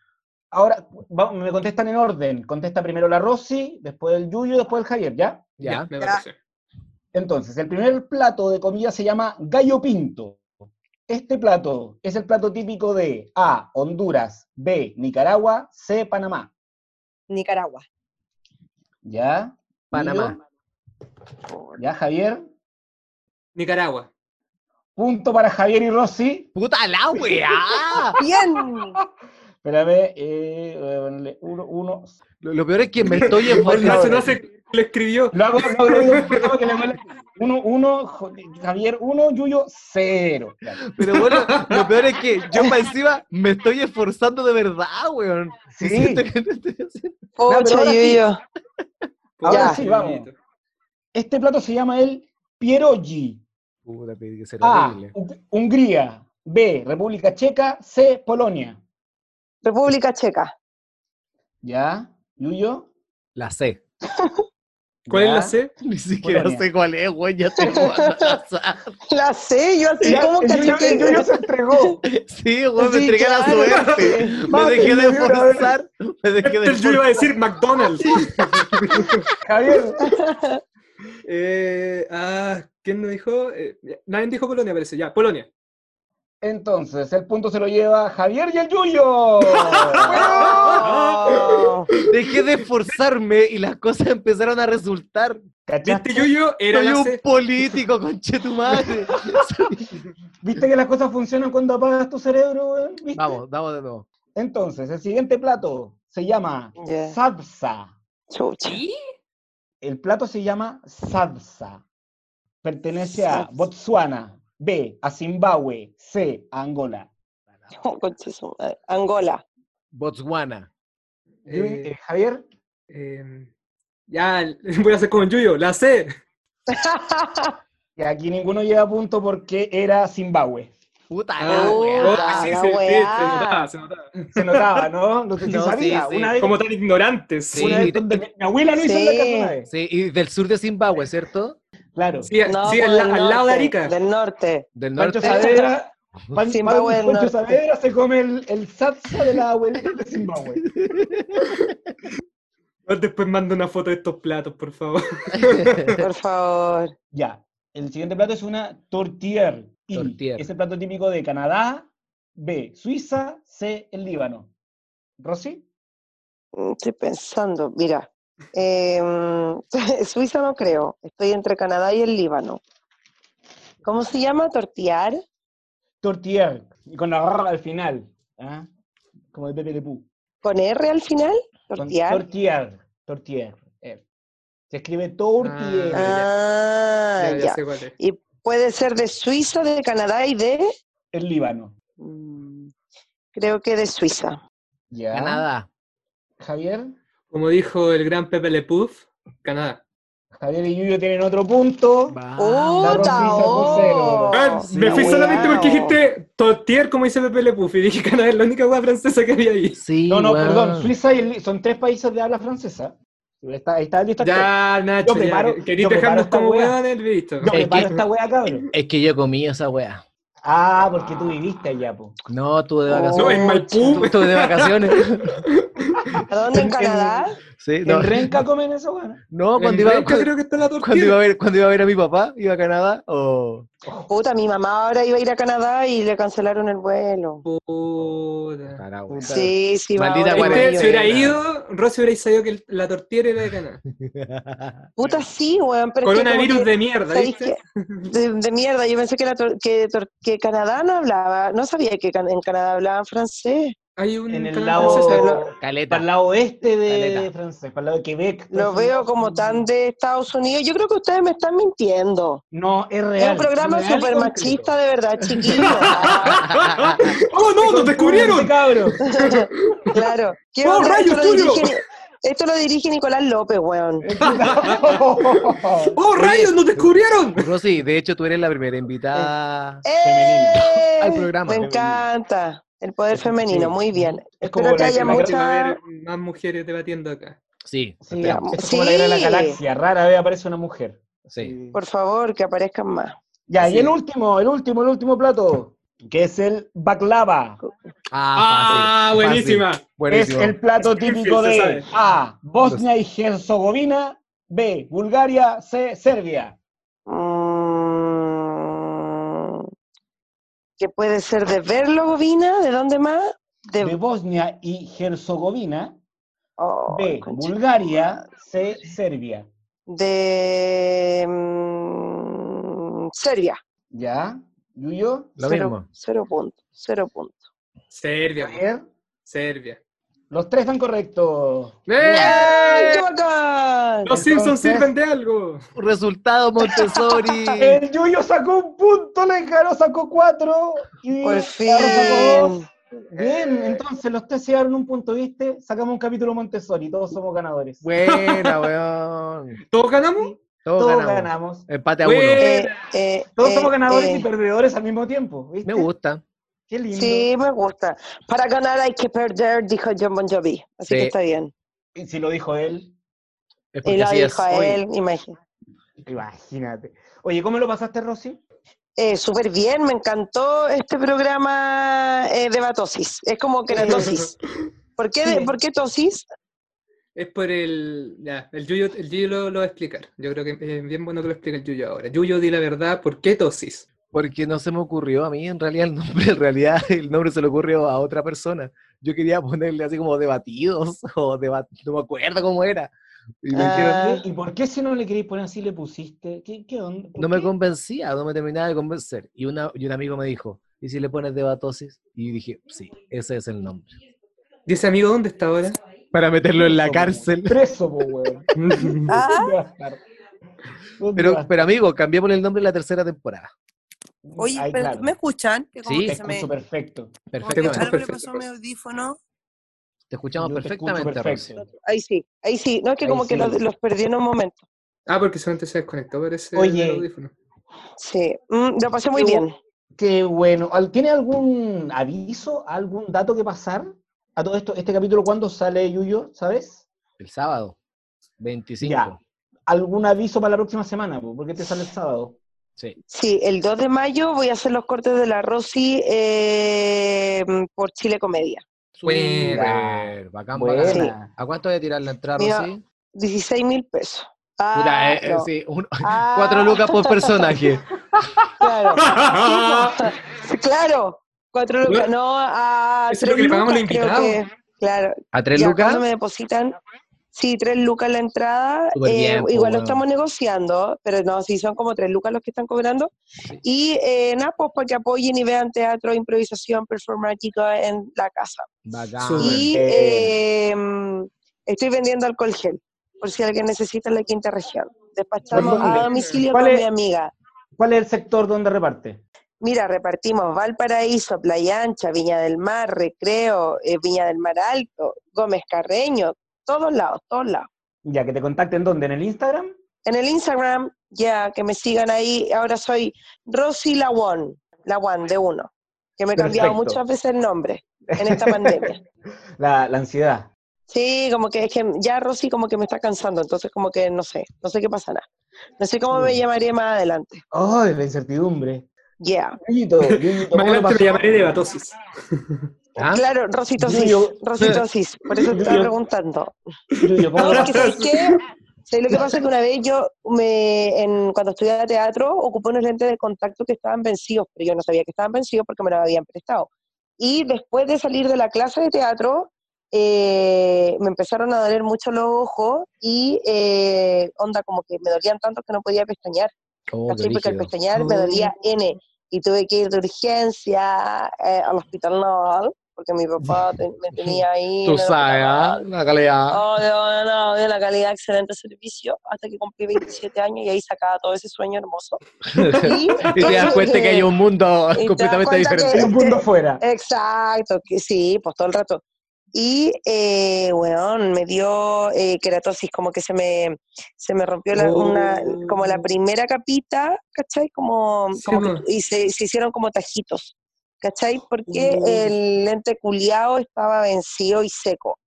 Speaker 2: ahora va- me contestan en orden. Contesta primero la Rosy, después el Yuyo, después el Javier, ¿ya?
Speaker 3: Ya.
Speaker 4: me
Speaker 5: Ya.
Speaker 4: parece.
Speaker 2: Entonces, el primer plato de comida se llama gallo pinto. Este plato es el plato típico de A, Honduras, B, Nicaragua, C, Panamá.
Speaker 5: Nicaragua.
Speaker 2: ¿Ya?
Speaker 3: Panamá.
Speaker 2: Yuyo, ¿Ya, Javier?
Speaker 4: Nicaragua.
Speaker 2: Punto para Javier y Rosy.
Speaker 3: ¡Puta la weá!
Speaker 5: Bien.
Speaker 2: Espérame, eh, voy a ponerle uno, uno.
Speaker 3: Lo, lo peor es que me estoy
Speaker 4: Porque no,
Speaker 3: enfocando.
Speaker 4: se- no se lo escribió.
Speaker 2: Lo hago, lo hago, lo hago, lo hago, que le vuelva. Uno, uno, jo- Javier, uno, Yuyo, cero. Ya.
Speaker 3: Pero bueno, lo peor es que yo para encima me estoy esforzando de verdad, weón.
Speaker 2: Sí.
Speaker 3: Siento que no estoy haciendo-
Speaker 5: Pucha,
Speaker 2: ahora sí.
Speaker 5: Yuyo.
Speaker 2: Ahora
Speaker 5: Ya.
Speaker 2: sí, vamos. Este plato se llama el pierogi.
Speaker 3: Puta, pedí que será
Speaker 2: A,
Speaker 3: horrible.
Speaker 2: Hung- Hungría. B, República Checa. C, Polonia.
Speaker 5: República Checa.
Speaker 2: ¿Ya? ¿Yuyo?
Speaker 3: La C.
Speaker 4: ¿Cuál es
Speaker 2: ¿Ya?
Speaker 4: la C?
Speaker 3: Ni siquiera
Speaker 2: Polonia.
Speaker 3: sé cuál es, weón. Ya estoy jugando al azar.
Speaker 5: La sé, yo así
Speaker 2: Ya,
Speaker 5: como
Speaker 2: el
Speaker 5: caché
Speaker 2: Yuyo,
Speaker 5: que
Speaker 2: el Yuyo se entregó.
Speaker 3: Sí, weón, me
Speaker 5: Sí,
Speaker 3: entregué a la
Speaker 5: claro.
Speaker 3: suerte. Me
Speaker 2: Mate,
Speaker 3: dejé de
Speaker 2: yo vi una vez.
Speaker 3: forzar. Me dejé de
Speaker 4: El yo iba a
Speaker 3: forzar.
Speaker 4: decir McDonald's.
Speaker 2: Javier,
Speaker 4: Eh, ah, ¿Quién lo dijo? Eh, nadie dijo Polonia, parece. Ya, Polonia.
Speaker 2: Entonces, el punto se lo lleva Javier y el Yuyo.
Speaker 3: Ah. Dejé de forzarme y las cosas empezaron a resultar.
Speaker 2: ¿Cachaste?
Speaker 4: ¿Viste, Yuyo? Era
Speaker 3: Soy
Speaker 4: la
Speaker 3: un
Speaker 4: C.
Speaker 3: político, conche tu madre.
Speaker 2: ¿Viste que las cosas funcionan cuando apagas tu cerebro? weón? ¿Viste?
Speaker 3: Vamos, vamos de nuevo.
Speaker 2: Entonces, el siguiente plato se llama
Speaker 5: Ya.
Speaker 2: salsa.
Speaker 5: Chucha.
Speaker 2: El plato se llama salsa. Pertenece a
Speaker 5: Sabsa.
Speaker 2: Botsuana, B, a Zimbabue, C, a Angola.
Speaker 5: Oh, conche su madre. Angola.
Speaker 3: Botswana.
Speaker 2: Yo-
Speaker 4: Eh,
Speaker 2: eh, Javier,
Speaker 4: eh, ya, voy a hacer con Yuyo. La C.
Speaker 2: y aquí ninguno lleva punto porque era Zimbabue.
Speaker 3: Puta
Speaker 4: Ah,
Speaker 3: la
Speaker 5: weá.
Speaker 4: sí,
Speaker 5: la
Speaker 4: sí, sí, se
Speaker 5: weá.
Speaker 4: notaba, se notaba.
Speaker 2: Se notaba, ¿no? No sé si
Speaker 3: No, sí,
Speaker 2: sabía.
Speaker 3: sí.
Speaker 2: Una vez,
Speaker 4: Como tan ignorantes.
Speaker 3: Sí.
Speaker 2: una vez donde mi, mi abuela lo hizo en
Speaker 5: Sí.
Speaker 2: la casa una vez.
Speaker 3: Sí, y del sur de Zimbabue, ¿cierto?
Speaker 2: Claro.
Speaker 4: Sí,
Speaker 5: No,
Speaker 4: sí,
Speaker 5: pues,
Speaker 4: al, la-
Speaker 5: del
Speaker 4: al lado de
Speaker 5: norte,
Speaker 4: Arica.
Speaker 5: Del norte.
Speaker 3: Del
Speaker 2: Pancho
Speaker 3: norte.
Speaker 2: Saavedra, Pan-
Speaker 5: Zimbabue
Speaker 2: Pan- Pancho
Speaker 5: norte.
Speaker 2: Saavedra se come el, el salsa de la abuelita de Zimbabue.
Speaker 4: Después mando una foto de estos platos, por favor.
Speaker 5: Por favor.
Speaker 2: Ya. El siguiente plato es una tortier. Y
Speaker 3: Tortière.
Speaker 2: Es el plato típico de Canadá. B. Suiza. C. El Líbano. ¿Rosy?
Speaker 5: Mm, Estoy pensando, mira. eh, Suiza no creo. Estoy entre Canadá y el Líbano. ¿Cómo se llama? ¿Tortear?
Speaker 2: Tortier. Y con la R al final. ¿ah? Como el Pepe de Pú.
Speaker 5: ¿Con R al final?
Speaker 2: Con-
Speaker 5: ¿Tortear?
Speaker 2: Tortier. Tortier. eh. Se escribe tortier.
Speaker 5: Ah,
Speaker 4: Ya, ya
Speaker 5: ya.
Speaker 4: sé cuál es.
Speaker 5: Y puede ser de Suiza, de Canadá y de...
Speaker 2: El Líbano.
Speaker 5: Mm, Creo que de Suiza.
Speaker 2: Ya.
Speaker 3: Canadá.
Speaker 2: Javier.
Speaker 4: Como dijo el gran Pepe Le Pouf, Canadá.
Speaker 2: Javier y Yuyo tienen otro punto.
Speaker 3: Ah,
Speaker 5: ¡Oh,
Speaker 2: rompiste por cero.
Speaker 5: Tao!
Speaker 4: Ah, me fui
Speaker 5: Cuidado.
Speaker 4: solamente porque dijiste Totier, como dice Pepe Le Pouf, y dije Canadá es la única hueá francesa que había ahí.
Speaker 3: Sí,
Speaker 2: No, no,
Speaker 3: weón.
Speaker 2: perdón. Suiza y el Lí- son tres países de habla francesa. Ahí está, ahí está el distractor.
Speaker 4: Ya, Nacho,
Speaker 2: Yo preparo-
Speaker 4: ya.
Speaker 2: yo
Speaker 4: Querís
Speaker 2: preparo
Speaker 4: dejarnos
Speaker 2: esta
Speaker 4: como
Speaker 2: hueá.
Speaker 4: hueones, listo.
Speaker 2: Yo preparo
Speaker 3: que-
Speaker 2: esta wea, cabrón.
Speaker 3: Es que yo comí esa wea.
Speaker 2: Ah, porque tú viviste allá, po.
Speaker 3: No, tuve de
Speaker 4: No,
Speaker 3: vacaciones.
Speaker 4: en Maipú.
Speaker 3: Tú- Estuve de vacaciones.
Speaker 5: ¿A dónde en
Speaker 2: En- en-
Speaker 5: Canadá?
Speaker 3: Sí, no.
Speaker 2: ¿En Renca comen esa wea?
Speaker 3: No,
Speaker 4: En
Speaker 3: cuando iba,
Speaker 4: Renca creo que está la tortilla.
Speaker 3: cuando iba a ver, cuando iba a ver a mi papá, iba a Canadá. o
Speaker 5: Puta, mi mamá ahora iba a ir a Canadá y le cancelaron el vuelo.
Speaker 4: Puta.
Speaker 3: Paraguay.
Speaker 2: Puta.
Speaker 5: Sí, sí, va
Speaker 3: Maldita
Speaker 5: ahora,
Speaker 3: cuarentena.
Speaker 4: Este,
Speaker 5: yo-
Speaker 4: si hubiera ido, Rosy hubiera sabido que el- la tortilla era de Canadá.
Speaker 5: Puta, sí, weón. Pero es que
Speaker 4: Coronavirus
Speaker 5: como que-
Speaker 4: de mierda,
Speaker 5: ¿sabéis
Speaker 4: ¿viste?
Speaker 5: qué? De, de mierda, yo pensé que, la tor- que, tor- que Canadá no hablaba, no sabía que can- en Canadá hablaban francés.
Speaker 4: Hay un
Speaker 2: En el
Speaker 4: canal
Speaker 2: lado,
Speaker 4: francés, ¿no?
Speaker 2: para
Speaker 3: Caleta.
Speaker 2: el lado oeste de
Speaker 3: Caleta.
Speaker 2: francés, para el lado de Quebec.
Speaker 5: Lo veo como tan de Estados Unidos. Yo creo que ustedes me están mintiendo.
Speaker 2: No, es real.
Speaker 5: es un programa
Speaker 2: real y
Speaker 5: súper
Speaker 2: concreto.
Speaker 5: machista, de verdad, chiquillo.
Speaker 4: ¡Oh, no! ¡Nos descubrieron!
Speaker 2: Cabrón.
Speaker 5: claro. ¿Qué
Speaker 4: ¡Oh,
Speaker 5: onda?
Speaker 4: rayos,
Speaker 5: esto, lo
Speaker 4: Tulio!
Speaker 5: dirige, esto lo dirige Nicolás López, weón.
Speaker 4: ¡Oh, rayos! ¡Nos descubrieron!
Speaker 3: Rosy, de hecho tú eres la primera invitada.
Speaker 5: ¡Eh!
Speaker 3: Al programa.
Speaker 5: Me
Speaker 3: Femenino.
Speaker 5: encanta. El poder
Speaker 2: Sí.
Speaker 5: femenino, muy bien.
Speaker 2: Es
Speaker 5: Espero que
Speaker 2: la-
Speaker 5: haya
Speaker 2: la-
Speaker 4: Va a
Speaker 5: mucha.
Speaker 4: haber más mujeres debatiendo acá.
Speaker 3: Sí,
Speaker 2: Sí,
Speaker 3: esperamos.
Speaker 2: esto es como la era de la
Speaker 5: Sí.
Speaker 2: galaxia. Rara vez aparece una mujer.
Speaker 3: sí.
Speaker 5: Por favor, que aparezcan más.
Speaker 2: Ya,
Speaker 4: Sí.
Speaker 2: y el último, el último, el último plato, que es el baklava.
Speaker 3: Ah,
Speaker 4: ¡Ah,
Speaker 3: fácil,
Speaker 4: buenísima!
Speaker 3: fácil. Buenísimo.
Speaker 2: Es el plato típico
Speaker 4: se
Speaker 2: de
Speaker 4: sabe.
Speaker 2: A. Bosnia y Herzegovina. B. Bulgaria. C. Serbia.
Speaker 5: Mm, Que puede ser de Berlogovina, ¿de dónde más? De,
Speaker 2: De Bosnia y Herzegovina.
Speaker 5: oh,
Speaker 2: B.
Speaker 5: concha.
Speaker 2: Bulgaria. C. Serbia.
Speaker 5: de mm, Serbia.
Speaker 2: ¿Ya? ¿Yuyo?
Speaker 3: Lo
Speaker 5: cero,
Speaker 3: mismo.
Speaker 5: Cero puntos, cero puntos.
Speaker 4: Serbia, po,
Speaker 2: Javier.
Speaker 4: Serbia.
Speaker 2: Los tres están correctos.
Speaker 5: ¡Ay,
Speaker 4: ¡Eh!
Speaker 5: qué bacán!
Speaker 4: ¡Los Simpsons
Speaker 2: Entonces-
Speaker 4: sirven de algo!
Speaker 3: Resultado Montessori.
Speaker 2: El Yuyo sacó un punto, Lejano sacó cuatro. Y
Speaker 5: Por eh,
Speaker 2: Carlos sacó dos.
Speaker 5: fin.
Speaker 2: Bien, entonces los tres se dieron un punto, ¿viste? Sacamos un capítulo Montessori, todos somos ganadores.
Speaker 3: Buena, weón.
Speaker 4: ¿Todos ganamos?
Speaker 3: Todos,
Speaker 2: todos
Speaker 3: ganamos.
Speaker 2: ganamos.
Speaker 3: Empate a
Speaker 4: Buena.
Speaker 3: uno.
Speaker 5: Eh, eh,
Speaker 2: Todos
Speaker 5: eh,
Speaker 2: somos ganadores
Speaker 5: eh.
Speaker 2: y perdedores al mismo tiempo, ¿viste?
Speaker 3: Este, Me gusta.
Speaker 2: Qué lindo.
Speaker 5: Sí, me gusta. Para ganar hay que perder, dijo John Bon Jovi. Así
Speaker 3: Sí.
Speaker 5: que está bien.
Speaker 2: Y si lo dijo él,
Speaker 3: Es
Speaker 5: Y
Speaker 3: porque
Speaker 5: lo
Speaker 3: así es.
Speaker 5: dijo a
Speaker 2: Oye.
Speaker 5: él, imagínate.
Speaker 2: imagínate. Oye, ¿cómo lo pasaste, Rosy?
Speaker 5: Eh, Súper bien, me encantó este programa eh, de Batosis. Es como que la tosis. ¿Por qué, de-
Speaker 2: Sí.
Speaker 5: ¿Por qué tosis?
Speaker 4: Es por el... Ya, el Yuyo, el Yuyo lo, lo va a explicar. Yo creo que es bien bueno que lo explique el Yuyo ahora. Yuyo, di la verdad, ¿por qué tosis?
Speaker 3: Porque no se me ocurrió a mí en realidad el nombre, en realidad el nombre se le ocurrió a otra persona. Yo quería ponerle así como debatidos o debat no me acuerdo cómo era. Y me dijeron,
Speaker 5: Ah.
Speaker 2: ¿Y por qué si no le queréis poner así le pusiste? ¿Qué, qué onda? ¿Por
Speaker 3: no me
Speaker 2: qué?
Speaker 3: convencía, no me terminaba de convencer. Y, una, y un amigo me dijo, ¿y si le pones debatosis? Y dije, sí, ese es el nombre.
Speaker 4: ¿Y ese amigo dónde está ahora?
Speaker 3: Para meterlo en la
Speaker 2: Preso, po,
Speaker 3: cárcel.
Speaker 2: Preso, po, weón.
Speaker 5: Ah,
Speaker 2: ¿Dónde va a estar? ¿Dónde va a
Speaker 3: Pero,
Speaker 2: estar?
Speaker 3: pero amigo, cambiémosle el nombre a la tercera temporada. pues,
Speaker 8: Oye,
Speaker 2: Ahí,
Speaker 8: pero
Speaker 2: claro,
Speaker 8: ¿me escuchan? Que como
Speaker 3: Sí.
Speaker 8: que
Speaker 2: Te
Speaker 8: se me...
Speaker 2: escucho perfecto.
Speaker 8: Como que
Speaker 3: Perfectamente.
Speaker 8: algo le pasó
Speaker 4: perfecto.
Speaker 8: a mi audífono.
Speaker 3: Te escuchamos
Speaker 2: Yo te escucho
Speaker 3: perfectamente, Rosy.
Speaker 2: perfecto.
Speaker 5: ahí sí, ahí sí. No, es que
Speaker 2: Ahí
Speaker 5: como que
Speaker 2: sí.
Speaker 5: los, los perdí en un momento.
Speaker 4: Ah, porque solamente se desconectó, parece.
Speaker 2: Oye.
Speaker 4: el audífono.
Speaker 5: Sí, Mm, lo pasé muy
Speaker 2: Yo-
Speaker 5: bien.
Speaker 2: Qué bueno. Al- ¿Tiene algún aviso, algún dato que pasar? A todo esto, este capítulo, ¿cuándo sale Yuyo? ¿Sabes?
Speaker 3: El sábado, 25.
Speaker 2: Ya. algún aviso para la próxima semana, po, porque te sale el sábado.
Speaker 3: Sí.
Speaker 5: Sí, el 2 de mayo voy a hacer los cortes de la Rosy eh, por Chile Comedia.
Speaker 3: Super, bacán,
Speaker 2: Buena.
Speaker 3: bacán. ¿A cuánto voy a tirar la entrada,
Speaker 5: Mira,
Speaker 3: Rosy?
Speaker 5: 16 mil pesos.
Speaker 3: Puta,
Speaker 5: Ah,
Speaker 3: eh, eh,
Speaker 5: no,
Speaker 3: sí, un-
Speaker 5: Ah.
Speaker 3: cuatro lucas por personaje.
Speaker 5: Claro. Sí, po. claro. Cuatro lucas. No, a
Speaker 4: Eso es lo
Speaker 5: tres
Speaker 4: que le pagamos a los
Speaker 5: lucas creo
Speaker 4: invitados.
Speaker 5: que- Claro,
Speaker 3: ¿A tres
Speaker 5: ya
Speaker 3: lucas?
Speaker 5: cuando me depositan, sí, tres lucas la entrada.
Speaker 3: Súper
Speaker 5: eh,
Speaker 3: bien, po,
Speaker 5: igual lo
Speaker 3: weón.
Speaker 5: estamos negociando, pero no, sí son como tres lucas los que están cobrando. Y eh, nada, pues para que apoyen y vean teatro, improvisación, performática en la casa.
Speaker 3: Bacán.
Speaker 4: Súper.
Speaker 5: Y
Speaker 2: bien.
Speaker 5: eh, estoy vendiendo alcohol gel, por si alguien necesita en la quinta región. Despachamos
Speaker 2: Oye,
Speaker 5: a domicilio
Speaker 2: ¿cuál
Speaker 5: con
Speaker 2: es?
Speaker 5: mi amiga.
Speaker 2: ¿Cuál es el sector donde reparte?
Speaker 5: Mira, repartimos Valparaíso, Playa Ancha, Viña del Mar, Recreo, eh, Viña del Mar Alto, Gómez Carreño, todos lados, todos lados.
Speaker 2: Ya, que te contacten dónde, en el Instagram.
Speaker 5: En el Instagram, ya que me sigan ahí, ahora soy Rosy Lawan, Lawan de uno, que me he cambiado
Speaker 2: Perfecto.
Speaker 5: muchas veces el nombre en esta pandemia.
Speaker 2: La, la ansiedad.
Speaker 5: Sí, como que es que ya Rosy como que me está cansando, entonces como que no sé, no sé qué pasará. No sé cómo me
Speaker 2: Mm.
Speaker 5: llamaré más adelante.
Speaker 2: ¡Ay, la incertidumbre!
Speaker 5: Yeah.
Speaker 2: Yuyito, Yuyito, ¿cómo
Speaker 4: Más
Speaker 2: lo
Speaker 4: adelante
Speaker 2: pasó?
Speaker 4: me llamaré de Batosis.
Speaker 3: ¿Ah?
Speaker 5: Claro, Rositosis,
Speaker 2: Yo-
Speaker 5: Rositosis, por eso te estaba
Speaker 2: Yo-
Speaker 5: preguntando.
Speaker 2: Yuyo, ¿cómo
Speaker 5: No,
Speaker 2: lo
Speaker 5: es que
Speaker 2: pasó?
Speaker 5: ¿sabes qué? ¿Sabes lo que pasa? Que una vez yo, me, en, cuando estudiaba teatro, ocupé unos lentes de contacto que estaban vencidos, pero yo no sabía que estaban vencidos porque me los habían prestado. Y después de salir de la clase de teatro, eh, me empezaron a doler mucho los ojos y, eh, onda, como que me dolían tanto que no podía pestañear.
Speaker 3: Oh, qué
Speaker 5: ¿cachai? Porque al
Speaker 3: brígido.
Speaker 5: pestañear me dolía N y tuve que ir de urgencia eh, al hospital naval porque mi papá te- me tenía ahí.
Speaker 3: Tú
Speaker 5: en el
Speaker 3: sabes,
Speaker 5: hospital
Speaker 3: ¿ah?
Speaker 5: naval.
Speaker 3: La calidad.
Speaker 5: Oh, no, no, de la calidad, excelente servicio, hasta que cumplí 27 años y ahí sacaba todo ese sueño hermoso. Y,
Speaker 3: Y te das cuenta que hay un mundo
Speaker 5: y te das
Speaker 3: completamente
Speaker 5: cuenta que-
Speaker 3: diferente.
Speaker 2: Hay un mundo afuera.
Speaker 5: eh, Exacto, que sí, pues todo el rato. Y, eh, weón, me dio eh, queratosis, como que se me, se me rompió la, una,
Speaker 4: Oh.
Speaker 5: como la primera capita, ¿cachai? Como,
Speaker 4: Sí, pues.
Speaker 5: como que-
Speaker 4: po.
Speaker 5: y se, se hicieron como tajitos, ¿cachai? Porque
Speaker 3: Mm.
Speaker 4: Oh.
Speaker 5: el lente culiao estaba vencido y seco.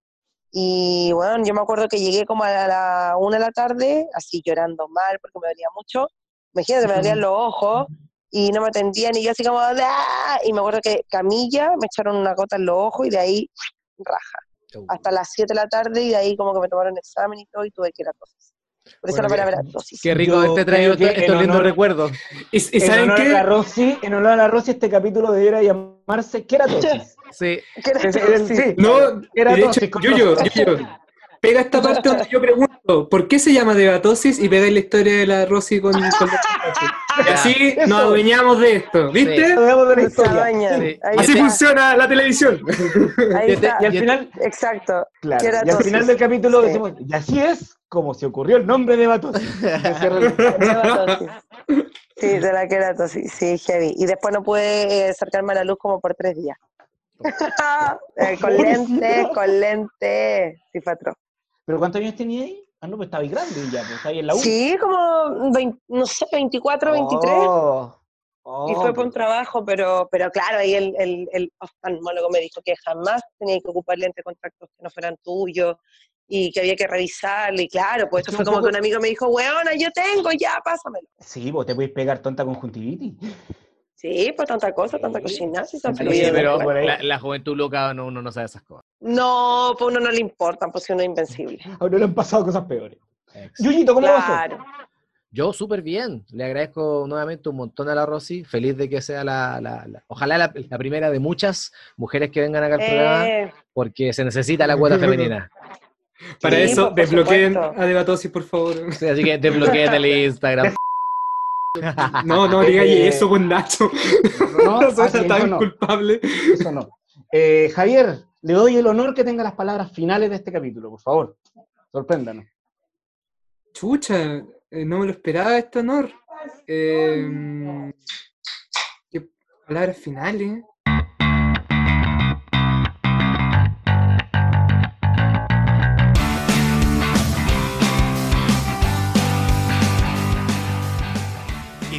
Speaker 5: Y, bueno, yo me acuerdo que llegué como a la, la una de la tarde, así llorando mal, porque me dolía mucho. Imagínate, me dolían los ojos y no me atendían y yo así como ¡ah! y me acuerdo que camilla me echaron una gota en los ojos y de ahí raja hasta las 7 de la tarde y de ahí como que me tomaron examen y todo y tuve que ir a dosis por eso
Speaker 3: Bueno,
Speaker 5: la
Speaker 3: que-
Speaker 5: palabra dosis
Speaker 3: Qué rico
Speaker 2: Yo
Speaker 3: haberte traído
Speaker 2: creo que
Speaker 3: estos
Speaker 2: en
Speaker 3: lindos
Speaker 2: honor-
Speaker 3: recuerdos.
Speaker 4: ¿Y, y
Speaker 2: En
Speaker 4: saben
Speaker 2: honor, a la
Speaker 4: qué?
Speaker 2: Rosy, en honor a la Rosy, este capítulo debiera llamarse Keratosis.
Speaker 3: Sí,
Speaker 2: Es- es- sí,
Speaker 4: No,
Speaker 2: Era
Speaker 4: de hecho,
Speaker 2: dosis, con
Speaker 4: Yuyo,
Speaker 2: dosis.
Speaker 4: Yuyo, pega esta parte donde yo pregunto, ¿por qué se llama de Batosis? Y pega la historia de la Rosy con, con la Y así nos adueñamos de esto, ¿viste?
Speaker 3: Sí.
Speaker 2: Hablamos de la
Speaker 5: Esa
Speaker 2: historia.
Speaker 5: doña,
Speaker 3: Sí.
Speaker 5: ahí
Speaker 4: Así
Speaker 5: está,
Speaker 4: funciona la televisión.
Speaker 5: ahí
Speaker 3: Yo te-
Speaker 5: está,
Speaker 2: Y al final,
Speaker 5: exacto
Speaker 2: claro, y al
Speaker 5: Keratosis.
Speaker 2: final del capítulo
Speaker 5: Sí.
Speaker 2: decimos, y así es como se ocurrió el nombre de Batosis. Y se cierra el-
Speaker 5: Keratosis. sí, de la queratosis, sí, heavy y después no pude eh, acercarme a la luz como por tres días Eh, con lentes, con lentes sí fue atroz.
Speaker 2: ¿Pero cuántos años tenía ahí? Ah, no, pues estaba ahí grande ya, pues estaba ahí en la U.
Speaker 5: Sí, como, vein- no sé, 24, 23.
Speaker 2: Oh,
Speaker 5: y fue
Speaker 2: oh,
Speaker 5: por un trabajo, pero, pero claro, ahí el, el, el oftalmólogo me dijo que jamás tenía que ocupar lentes de contactos que no fueran tuyos y que había que revisarlo. Y claro,
Speaker 2: Es
Speaker 5: pues esto
Speaker 2: que
Speaker 5: fue
Speaker 2: un
Speaker 5: como
Speaker 2: poco-
Speaker 5: que un amigo me dijo, weona, yo tengo, ya, pásamelo.
Speaker 2: Sí, vos te podés pegar tonta conjuntivitis.
Speaker 5: Sí, pues tanta cosa, tanta pues,
Speaker 2: Sí.
Speaker 5: cocina, si son
Speaker 2: Sí,
Speaker 3: Sí,
Speaker 5: fluidos del
Speaker 3: pero
Speaker 5: cuerpo.
Speaker 2: por ahí.
Speaker 3: la, la juventud loca no, uno no sabe esas cosas.
Speaker 5: No, pues uno no le importa, pues si uno es invencible.
Speaker 2: Ahora ah, le han pasado cosas peores.
Speaker 3: Ex.
Speaker 2: Yuyito, ¿cómo
Speaker 5: Claro.
Speaker 3: Yo súper bien, le agradezco nuevamente un montón a la Rosy, feliz de que sea la, la- la- ojalá la, la primera de muchas mujeres que vengan acá al programa,
Speaker 5: Eh,
Speaker 3: porque se necesita la cuota femenina.
Speaker 4: Para
Speaker 5: Sí,
Speaker 4: eso,
Speaker 5: pues, por
Speaker 4: desbloqueen
Speaker 5: supuesto.
Speaker 4: a Debatosis, por favor.
Speaker 3: Sí, así que desbloqueen el Instagram.
Speaker 4: No, no digas eso, buen Nacho.
Speaker 2: vas a
Speaker 4: No
Speaker 2: hacer?
Speaker 4: suena
Speaker 2: así,
Speaker 4: tan
Speaker 2: eso no,
Speaker 4: culpable.
Speaker 2: eso no. Eh, Javier, le doy el honor que tenga las palabras finales de este capítulo, por favor. Sorpréndanos.
Speaker 4: Chucha, eh, no me lo esperaba este honor. Eh, qué palabras finales.